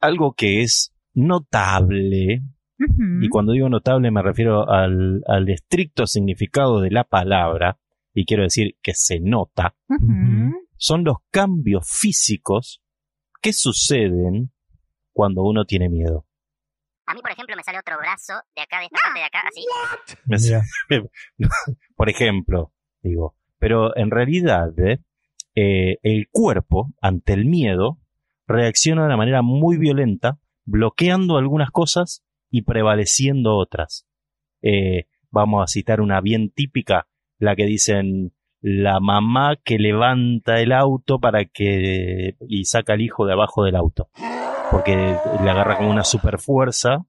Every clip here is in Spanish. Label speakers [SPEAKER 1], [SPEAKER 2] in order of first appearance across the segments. [SPEAKER 1] algo que es notable,
[SPEAKER 2] Ujú.
[SPEAKER 1] y cuando digo notable me refiero al, al estricto significado de la palabra, y quiero decir que se nota,
[SPEAKER 2] Ujú.
[SPEAKER 1] son los cambios físicos que suceden cuando uno tiene miedo.
[SPEAKER 3] A mí, por ejemplo, me sale otro brazo de acá, de esta parte de acá, así.
[SPEAKER 1] Me-
[SPEAKER 4] Mira.
[SPEAKER 1] por ejemplo, digo. Pero en realidad, eh, eh, el cuerpo, ante el miedo, reacciona de una manera muy violenta, bloqueando algunas cosas y prevaleciendo otras. Eh, vamos a citar una bien típica, la que dicen la mamá que levanta el auto para que y saca al hijo de abajo del auto, porque le agarra con una super fuerza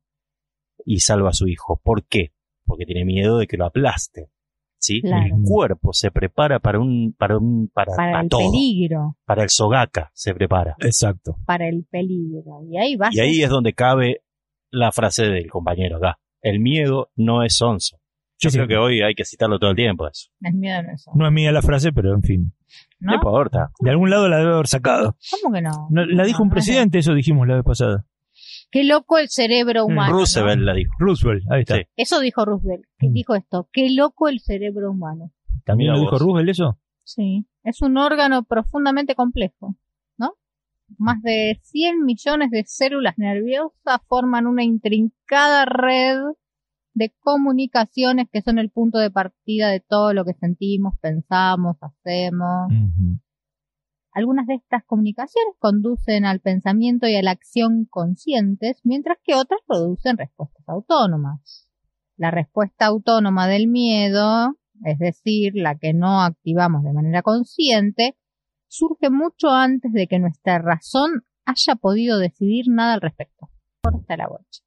[SPEAKER 1] y salva a su hijo. ¿Por qué? Porque tiene miedo de que lo aplaste. ¿sí?
[SPEAKER 2] Claro.
[SPEAKER 1] El
[SPEAKER 4] Mm.
[SPEAKER 1] cuerpo se prepara para un para un para,
[SPEAKER 2] Para
[SPEAKER 1] para
[SPEAKER 2] el
[SPEAKER 1] todo,
[SPEAKER 2] peligro,
[SPEAKER 1] para el sogaca se prepara.
[SPEAKER 4] Exacto.
[SPEAKER 2] para el peligro. Y ahí vas. ¿eh?
[SPEAKER 1] Y ahí es donde cabe la frase del compañero acá. El miedo no es onzo. Yo
[SPEAKER 4] Sí,
[SPEAKER 1] creo
[SPEAKER 4] sí.
[SPEAKER 1] que hoy hay que citarlo todo el tiempo eso.
[SPEAKER 2] Es miedo en eso.
[SPEAKER 4] No es mía la frase, pero en fin.
[SPEAKER 1] No,
[SPEAKER 2] ¿No?
[SPEAKER 1] importa.
[SPEAKER 4] De algún lado la debe haber sacado.
[SPEAKER 2] ¿Cómo que no?
[SPEAKER 4] No, la dijo
[SPEAKER 2] No,
[SPEAKER 4] un
[SPEAKER 2] no es de-
[SPEAKER 4] presidente, eso dijimos la vez pasada.
[SPEAKER 2] Qué loco el cerebro
[SPEAKER 4] Mm.
[SPEAKER 2] humano. ¿no?
[SPEAKER 1] Roosevelt la dijo.
[SPEAKER 4] Roosevelt, ahí está.
[SPEAKER 1] Sí.
[SPEAKER 2] Eso dijo Roosevelt.
[SPEAKER 4] Mm.
[SPEAKER 2] Dijo esto. Qué loco el cerebro humano.
[SPEAKER 4] ¿También
[SPEAKER 1] Mira
[SPEAKER 4] lo
[SPEAKER 1] vos.
[SPEAKER 4] dijo Roosevelt eso?
[SPEAKER 2] Sí. Es un órgano profundamente complejo, ¿no? Más de 100 millones de células nerviosas forman una intrincada red de comunicaciones que son el punto de partida de todo lo que sentimos, pensamos, hacemos.
[SPEAKER 4] Ujú.
[SPEAKER 2] Algunas de estas comunicaciones conducen al pensamiento y a la acción conscientes, mientras que otras producen respuestas autónomas. La respuesta autónoma del miedo, es decir, la que no activamos de manera consciente, surge mucho antes de que nuestra razón haya podido decidir nada al respecto. Corta la bocha.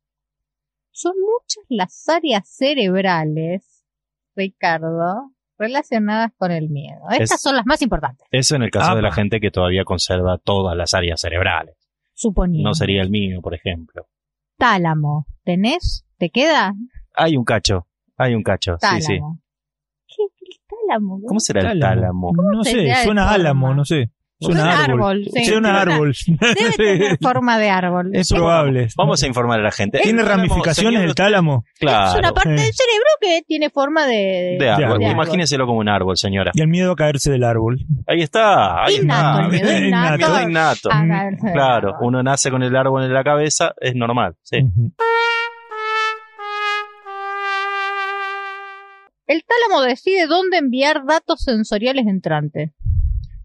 [SPEAKER 2] Son muchas las áreas cerebrales, Ricardo, relacionadas con el miedo. Estas
[SPEAKER 1] Es-
[SPEAKER 2] son las más importantes,
[SPEAKER 1] Eso en el caso
[SPEAKER 4] Ah,
[SPEAKER 1] de la
[SPEAKER 4] pa.
[SPEAKER 1] gente que todavía conserva todas las áreas cerebrales.
[SPEAKER 2] suponiendo.
[SPEAKER 1] No sería el mío, por ejemplo.
[SPEAKER 2] tálamo. ¿Tenés? ¿Te queda?
[SPEAKER 1] Hay un cacho, hay un cacho. Sí, sí.
[SPEAKER 2] Tálamo. ¿Qué, qué es tálamo?
[SPEAKER 1] ¿Cómo será el tálamo?
[SPEAKER 4] No
[SPEAKER 2] se
[SPEAKER 4] sé,
[SPEAKER 2] dirá de
[SPEAKER 4] suena
[SPEAKER 2] forma?
[SPEAKER 4] álamo, no sé. Suena
[SPEAKER 2] Suena
[SPEAKER 4] árbol.
[SPEAKER 2] árbol, sí.
[SPEAKER 4] Suena
[SPEAKER 2] Suena-
[SPEAKER 4] árbol.
[SPEAKER 2] Debe tener forma de árbol.
[SPEAKER 4] es probable.
[SPEAKER 1] Vamos a informar a la gente.
[SPEAKER 4] ¿Tiene
[SPEAKER 1] El tálamo,
[SPEAKER 4] ramificaciones
[SPEAKER 1] señor,
[SPEAKER 4] el tálamo?
[SPEAKER 2] Es
[SPEAKER 1] Claro.
[SPEAKER 2] una parte
[SPEAKER 4] Sí.
[SPEAKER 2] del cerebro que tiene forma de...
[SPEAKER 1] De árbol.
[SPEAKER 4] árbol.
[SPEAKER 1] Imagíneselo como un árbol, señora.
[SPEAKER 4] Y el miedo a caerse del árbol.
[SPEAKER 1] Ahí está. Ahí
[SPEAKER 2] Innato, el
[SPEAKER 1] está.
[SPEAKER 2] miedo
[SPEAKER 4] Innato. Mm,
[SPEAKER 1] Miedo
[SPEAKER 2] innato. Ah,
[SPEAKER 1] innato.
[SPEAKER 2] a caerse del
[SPEAKER 1] Claro,
[SPEAKER 2] árbol.
[SPEAKER 1] uno nace con el árbol en la cabeza, es normal. Sí.
[SPEAKER 4] Ujú.
[SPEAKER 2] El tálamo decide dónde enviar datos sensoriales entrantes.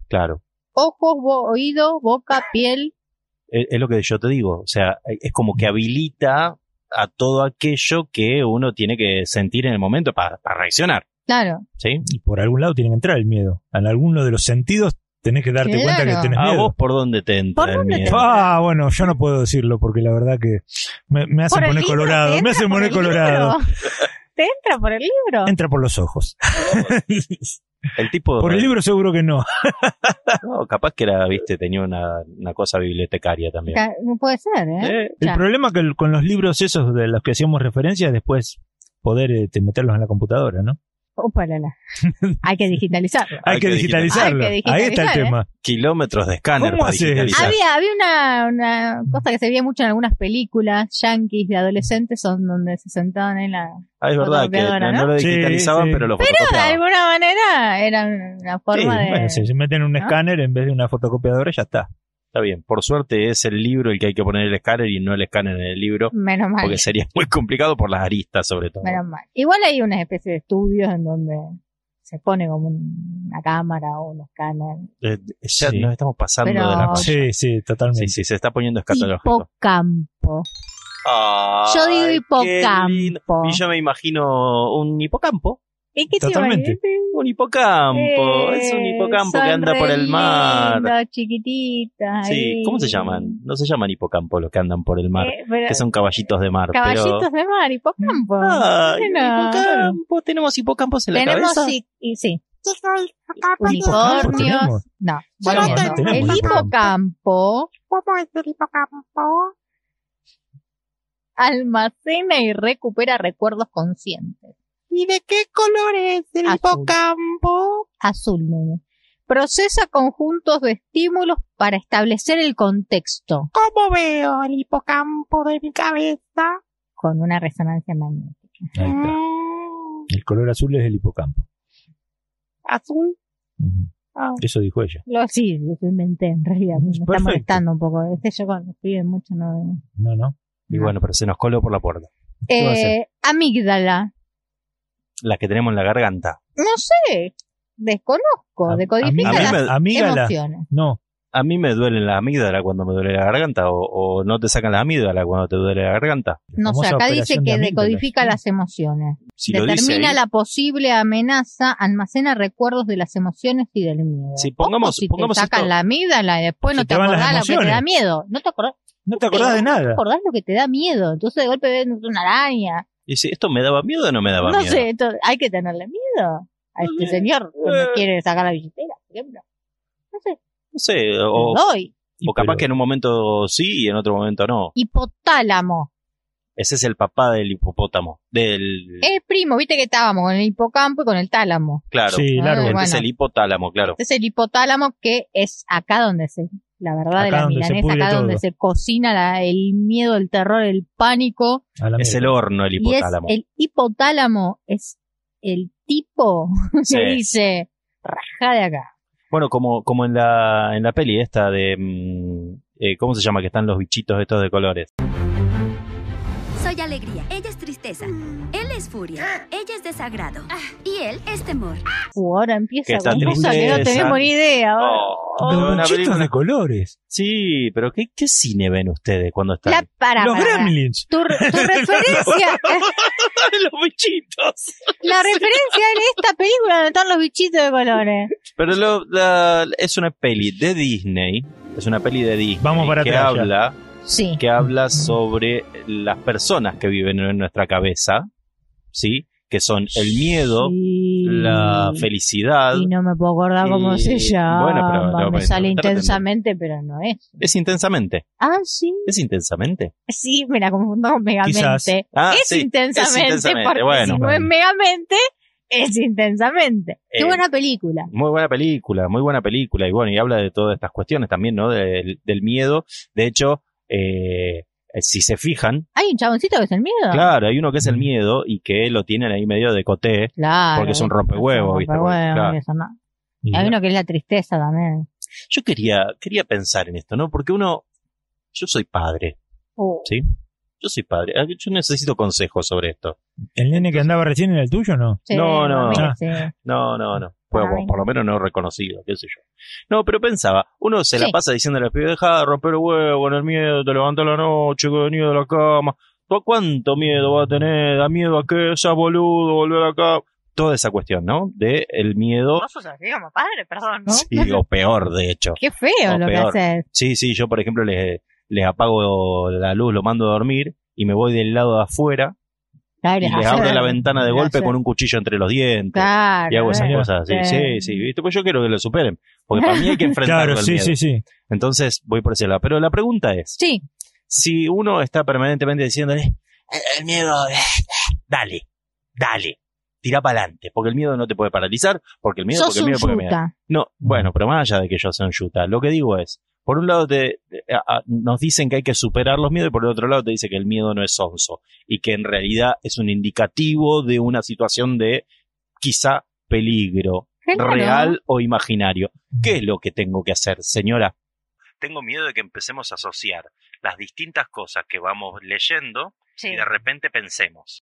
[SPEAKER 1] Claro.
[SPEAKER 2] Ojos, bo- oído, boca, piel.
[SPEAKER 1] Es, es lo que yo te digo. O sea, es como que habilita a todo aquello que uno tiene que sentir en el momento para, para reaccionar.
[SPEAKER 2] Claro.
[SPEAKER 1] ¿Sí?
[SPEAKER 4] Y por algún lado tiene que entrar el miedo. En alguno de los sentidos tenés que darte
[SPEAKER 2] Claro.
[SPEAKER 4] cuenta que tenés
[SPEAKER 1] ¿A
[SPEAKER 4] miedo.
[SPEAKER 1] vos por dónde te entra
[SPEAKER 2] ¿Por
[SPEAKER 1] el
[SPEAKER 2] dónde te
[SPEAKER 1] miedo?
[SPEAKER 2] entra?
[SPEAKER 4] Ah, bueno, yo no puedo decirlo porque la verdad que me, me hace
[SPEAKER 2] Por el
[SPEAKER 4] poner
[SPEAKER 2] libro,
[SPEAKER 4] colorado.
[SPEAKER 2] ¿te
[SPEAKER 4] Me
[SPEAKER 2] entra
[SPEAKER 4] hace
[SPEAKER 2] por
[SPEAKER 4] poner
[SPEAKER 2] el
[SPEAKER 4] colorado.
[SPEAKER 2] libro? ¿Te entra por el libro?
[SPEAKER 4] Entra por los ojos.
[SPEAKER 1] El tipo eh,
[SPEAKER 4] Por el libro seguro que no.
[SPEAKER 1] No, capaz que era, viste, tenía una, una cosa bibliotecaria también.
[SPEAKER 2] Ca- No puede ser, ¿eh?
[SPEAKER 1] Eh,
[SPEAKER 4] El
[SPEAKER 2] Claro.
[SPEAKER 4] problema que el- con los libros esos de los que hacíamos referencia es después poder eh, te meterlos en la computadora, ¿no?
[SPEAKER 2] Upalala. Hay que digitalizarlo.
[SPEAKER 4] Hay, que, digitalizarlo.
[SPEAKER 2] Hay que
[SPEAKER 4] Ahí está el
[SPEAKER 2] digitalizar, ¿eh?
[SPEAKER 4] tema.
[SPEAKER 1] kilómetros de escáner
[SPEAKER 4] ¿Cómo
[SPEAKER 1] para
[SPEAKER 4] haces?
[SPEAKER 1] digitalizar.
[SPEAKER 2] Había, había una, una cosa que se veía mucho en algunas películas yanquis de adolescentes son donde se sentaban en la...
[SPEAKER 1] Ah, es verdad que no,
[SPEAKER 2] Fotocopiadora, ¿no?
[SPEAKER 1] no lo
[SPEAKER 4] Sí,
[SPEAKER 1] digitalizaban,
[SPEAKER 4] sí.
[SPEAKER 1] pero lo
[SPEAKER 2] De
[SPEAKER 1] fotocopiaban.
[SPEAKER 2] alguna manera era una forma
[SPEAKER 4] Sí,
[SPEAKER 2] de...
[SPEAKER 4] bueno, si se meten en un
[SPEAKER 2] ¿no?
[SPEAKER 4] escáner en vez de una fotocopiadora, ya está.
[SPEAKER 1] Está bien. Por suerte es el libro el que hay que poner el escáner y no el escáner en el libro,
[SPEAKER 2] Menos mal.
[SPEAKER 1] porque sería muy complicado por las aristas, sobre todo.
[SPEAKER 2] Menos mal. Igual hay una especie de estudios en donde se pone como un- una cámara o un escáner.
[SPEAKER 1] Eh, ya
[SPEAKER 4] Sí.
[SPEAKER 1] nos estamos pasando
[SPEAKER 2] Pero-
[SPEAKER 1] de la raya.
[SPEAKER 4] Sí, sí, totalmente.
[SPEAKER 1] Sí, sí, se está poniendo escatológico.
[SPEAKER 2] Hipocampo. Yo digo
[SPEAKER 1] Ay, qué lindo.
[SPEAKER 2] hipocampo.
[SPEAKER 1] Y yo me imagino un hipocampo.
[SPEAKER 2] ¿Y qué te iba a
[SPEAKER 4] Totalmente.
[SPEAKER 2] decir?
[SPEAKER 1] Un hipocampo. es un
[SPEAKER 2] Eh,
[SPEAKER 1] hipocampo que
[SPEAKER 2] son
[SPEAKER 1] anda por
[SPEAKER 2] re
[SPEAKER 1] el mar.
[SPEAKER 2] lindos, chiquititas.
[SPEAKER 1] Sí,
[SPEAKER 2] ahí.
[SPEAKER 1] ¿cómo se llaman? No se llaman hipocampo los que andan por el mar,
[SPEAKER 2] Eh, pero-
[SPEAKER 1] que son caballitos de mar.
[SPEAKER 2] Caballitos
[SPEAKER 1] pero...
[SPEAKER 2] de mar, hipocampo.
[SPEAKER 4] Ah,
[SPEAKER 1] Ay,
[SPEAKER 2] Bueno.
[SPEAKER 1] hipocampo. Tenemos hipocampos en la
[SPEAKER 2] Tenemos
[SPEAKER 1] cabeza.
[SPEAKER 2] sí, y, sí,
[SPEAKER 4] hipocampo
[SPEAKER 2] unicornios.
[SPEAKER 4] tenemos?
[SPEAKER 2] No,
[SPEAKER 1] Yo
[SPEAKER 2] bueno,
[SPEAKER 1] no
[SPEAKER 2] no.
[SPEAKER 4] tenemos
[SPEAKER 2] el
[SPEAKER 4] hipocampo.
[SPEAKER 2] hipocampo
[SPEAKER 3] ¿Cómo es el hipocampo?
[SPEAKER 2] almacena y recupera recuerdos conscientes.
[SPEAKER 3] ¿Y de qué color es el
[SPEAKER 2] Azul.
[SPEAKER 3] hipocampo?
[SPEAKER 2] Azul, nene. procesa conjuntos de estímulos para establecer el contexto
[SPEAKER 5] ¿Cómo veo el hipocampo de mi cabeza?
[SPEAKER 2] con una resonancia magnética.
[SPEAKER 4] Ahí está.
[SPEAKER 5] Mm,
[SPEAKER 4] El color azul es el hipocampo.
[SPEAKER 5] azul.
[SPEAKER 4] Ujú.
[SPEAKER 5] Ah,
[SPEAKER 4] Eso dijo ella.
[SPEAKER 2] Lo sí, lo inventé en realidad, me está
[SPEAKER 4] Perfecto.
[SPEAKER 2] molestando un poco. Este yo con los pibes mucho no.
[SPEAKER 4] No, no.
[SPEAKER 1] Y bueno, pero se nos coló por la puerta.
[SPEAKER 4] ¿Qué va a ser?
[SPEAKER 2] Eh, amígdala.
[SPEAKER 1] La que tenemos en la garganta.
[SPEAKER 2] No sé, desconozco,
[SPEAKER 4] Am-
[SPEAKER 2] decodifica
[SPEAKER 1] amí-
[SPEAKER 2] las
[SPEAKER 1] me-
[SPEAKER 4] Amígala.
[SPEAKER 2] emociones.
[SPEAKER 4] No,
[SPEAKER 1] A mí me duelen las amígdalas cuando me duele la garganta, o, o no te sacan la amígdala cuando te duele la garganta.
[SPEAKER 2] No sé,
[SPEAKER 4] famosa
[SPEAKER 2] acá dice
[SPEAKER 4] operación de
[SPEAKER 2] que
[SPEAKER 4] amígdalas.
[SPEAKER 2] decodifica
[SPEAKER 4] Sí.
[SPEAKER 2] las emociones.
[SPEAKER 1] Si lo dice ¿eh?
[SPEAKER 2] Determina
[SPEAKER 1] ahí-
[SPEAKER 2] la posible amenaza, almacena recuerdos de las emociones y del miedo.
[SPEAKER 1] Sí, pongamos-
[SPEAKER 2] Ojo si
[SPEAKER 1] pongamos
[SPEAKER 2] te sacan
[SPEAKER 1] esto-
[SPEAKER 2] la amígdala y después
[SPEAKER 4] Se
[SPEAKER 2] no te,
[SPEAKER 4] te van las
[SPEAKER 2] acordás lo que te da
[SPEAKER 4] emociones.
[SPEAKER 2] miedo. No te acordás,
[SPEAKER 4] no te acordás de
[SPEAKER 2] no
[SPEAKER 4] nada.
[SPEAKER 2] te acordás lo que te da miedo. Entonces de golpe ves una araña.
[SPEAKER 1] dice, ¿esto me daba miedo o no me daba
[SPEAKER 2] no
[SPEAKER 1] miedo?
[SPEAKER 2] sé, entonces, hay que tenerle miedo a este
[SPEAKER 1] Eh,
[SPEAKER 2] señor que me
[SPEAKER 1] eh.
[SPEAKER 2] quiere sacar la billetera, por ejemplo. No sé,
[SPEAKER 1] No sé, o,
[SPEAKER 2] lo doy.
[SPEAKER 4] Y
[SPEAKER 1] o capaz
[SPEAKER 4] pero-
[SPEAKER 1] que en un momento sí y en otro momento no.
[SPEAKER 2] Hipotálamo.
[SPEAKER 1] Ese es el papá del hipopótamo. Del.
[SPEAKER 2] Es primo, viste que estábamos con el hipocampo y con el tálamo.
[SPEAKER 1] Claro.
[SPEAKER 4] Sí,
[SPEAKER 2] Ah,
[SPEAKER 4] largo.
[SPEAKER 1] Este
[SPEAKER 2] bueno.
[SPEAKER 1] es el hipotálamo, claro.
[SPEAKER 2] Este es el hipotálamo que es acá donde se, la verdad de
[SPEAKER 4] Acá
[SPEAKER 2] la
[SPEAKER 4] donde se
[SPEAKER 2] milanesa,
[SPEAKER 4] pudre
[SPEAKER 2] acá
[SPEAKER 4] todo.
[SPEAKER 2] donde se cocina la- el miedo, el terror, el pánico.
[SPEAKER 4] A la
[SPEAKER 1] Es el
[SPEAKER 4] mierda.
[SPEAKER 1] horno, el
[SPEAKER 2] Y es
[SPEAKER 1] hipotálamo.
[SPEAKER 2] el hipotálamo, es el tipo
[SPEAKER 1] Sí.
[SPEAKER 2] que dice, rajá de acá.
[SPEAKER 1] Bueno, como, como en, la, en la peli esta de. mm, eh, ¿Cómo se llama? Que están los bichitos estos de colores.
[SPEAKER 6] Soy alegría, ella es tristeza, él es furia, ella es desagrado y él es temor.
[SPEAKER 2] Uh, ahora
[SPEAKER 1] Que
[SPEAKER 2] empieza
[SPEAKER 1] está
[SPEAKER 2] con cosas que no
[SPEAKER 4] tristeza.
[SPEAKER 2] tenemos ni idea.
[SPEAKER 1] Oh.
[SPEAKER 2] ahora.
[SPEAKER 1] Pero
[SPEAKER 4] Los
[SPEAKER 1] una
[SPEAKER 4] bichitos
[SPEAKER 1] película-
[SPEAKER 4] de colores.
[SPEAKER 1] Sí, pero ¿qué, ¿qué cine ven ustedes cuando están?
[SPEAKER 2] La para,
[SPEAKER 4] Los
[SPEAKER 2] para, para.
[SPEAKER 4] gremlins.
[SPEAKER 2] Tu, re- tu referencia,
[SPEAKER 1] los bichitos.
[SPEAKER 2] la referencia en esta película donde están los bichitos de colores.
[SPEAKER 1] Pero lo- la- es una peli de Disney, es una peli de Disney
[SPEAKER 4] Vamos para
[SPEAKER 1] que
[SPEAKER 4] atrás, ya.
[SPEAKER 1] habla
[SPEAKER 2] Sí.
[SPEAKER 1] que habla sobre las personas que viven en nuestra cabeza, ¿sí? Que son el miedo,
[SPEAKER 2] Sí.
[SPEAKER 1] la felicidad.
[SPEAKER 2] Y no me puedo acordar cómo
[SPEAKER 1] Y-
[SPEAKER 2] se llama.
[SPEAKER 1] bueno, pero no,
[SPEAKER 2] me
[SPEAKER 1] pero
[SPEAKER 2] sale
[SPEAKER 1] traten de-
[SPEAKER 2] intensamente, pero no es.
[SPEAKER 1] Es intensamente,
[SPEAKER 2] Ah, sí.
[SPEAKER 1] es intensamente.
[SPEAKER 2] Sí, me la confundo con Megamente.
[SPEAKER 4] Quizás.
[SPEAKER 1] Ah,
[SPEAKER 2] es
[SPEAKER 1] sí,
[SPEAKER 2] intensamente,
[SPEAKER 1] es intensamente,
[SPEAKER 2] porque
[SPEAKER 1] bueno.
[SPEAKER 2] si no es Megamente, es intensamente. Qué
[SPEAKER 1] Eh,
[SPEAKER 2] buena película.
[SPEAKER 1] Muy buena película, muy buena película. Y bueno, y habla de todas estas cuestiones también, ¿no? Del, del miedo. De hecho, eh, si se fijan,
[SPEAKER 2] Hay un chaboncito que es el miedo.
[SPEAKER 1] claro, hay uno que es el miedo y que lo tienen ahí medio de coté.
[SPEAKER 2] Claro,
[SPEAKER 1] Porque es un
[SPEAKER 2] eso,
[SPEAKER 1] rompehuevo,
[SPEAKER 2] es
[SPEAKER 1] ¿viste?
[SPEAKER 2] un rompehuevo,
[SPEAKER 1] Claro.
[SPEAKER 2] eso no.
[SPEAKER 4] Y
[SPEAKER 2] Hay uno que es la tristeza también.
[SPEAKER 1] Yo quería, quería pensar en esto, ¿no? Porque uno, yo soy padre,
[SPEAKER 2] Oh.
[SPEAKER 1] Sí. yo soy padre, Ah, yo necesito consejos sobre esto.
[SPEAKER 4] ¿El nene que andaba recién en el tuyo no?
[SPEAKER 2] Sí,
[SPEAKER 1] No, no.
[SPEAKER 2] mira, sí.
[SPEAKER 1] No, no, no. Bueno,
[SPEAKER 2] Ay.
[SPEAKER 1] por lo menos no reconocido, qué sé yo. No, pero pensaba, uno se la
[SPEAKER 2] Sí.
[SPEAKER 1] pasa diciendo a los pibes, deja de romper el huevo, en el miedo, te levanta la noche, que venía de la cama. ¿Tú cuánto miedo va a tener? ¿Da miedo a qué? ¿Seas boludo? ¿Volver a la cama? Toda esa cuestión, ¿no? De el miedo,
[SPEAKER 2] Vos sos así como padre, perdón, ¿no?
[SPEAKER 1] sí, o peor, de hecho.
[SPEAKER 2] Qué feo
[SPEAKER 1] O
[SPEAKER 2] lo
[SPEAKER 1] peor.
[SPEAKER 2] que haces.
[SPEAKER 1] Sí, sí, yo por ejemplo les, les apago la luz, lo mando a dormir y me voy del lado de afuera
[SPEAKER 2] Claro,
[SPEAKER 1] y les
[SPEAKER 2] hacer-
[SPEAKER 1] abro la ventana de golpe
[SPEAKER 2] hacer-
[SPEAKER 1] con un cuchillo entre los dientes.
[SPEAKER 2] Claro,
[SPEAKER 1] Y hago esas
[SPEAKER 2] eh.
[SPEAKER 1] cosas, sí, sí,
[SPEAKER 2] Sí.
[SPEAKER 1] sí, ¿viste? Pues yo quiero que lo superen, porque para mí hay que enfrentarlo
[SPEAKER 4] Claro,
[SPEAKER 1] al
[SPEAKER 4] sí,
[SPEAKER 1] miedo.
[SPEAKER 4] sí, sí.
[SPEAKER 1] Entonces voy por ese lado. Pero la pregunta es,
[SPEAKER 2] Sí,
[SPEAKER 1] si uno está permanentemente diciéndole, "El- el miedo, eh, eh, dale, dale, tira para adelante, porque el miedo no te puede paralizar, porque el miedo,
[SPEAKER 2] sos
[SPEAKER 1] porque el
[SPEAKER 2] un
[SPEAKER 1] miedo, porque el miedo.
[SPEAKER 2] yuta.
[SPEAKER 1] No, bueno, pero más allá de que yo sea un yuta, lo que digo es, por un lado te, te- a- a- nos dicen que hay que superar los miedos y por el otro lado te dice que el miedo no es onzo y que en realidad es un indicativo de una situación de quizá peligro
[SPEAKER 2] Claro.
[SPEAKER 1] real o imaginario. ¿Qué es lo que tengo que hacer, señora? Tengo miedo de que empecemos a asociar las distintas cosas que vamos leyendo
[SPEAKER 2] Sí.
[SPEAKER 1] repente pensemos.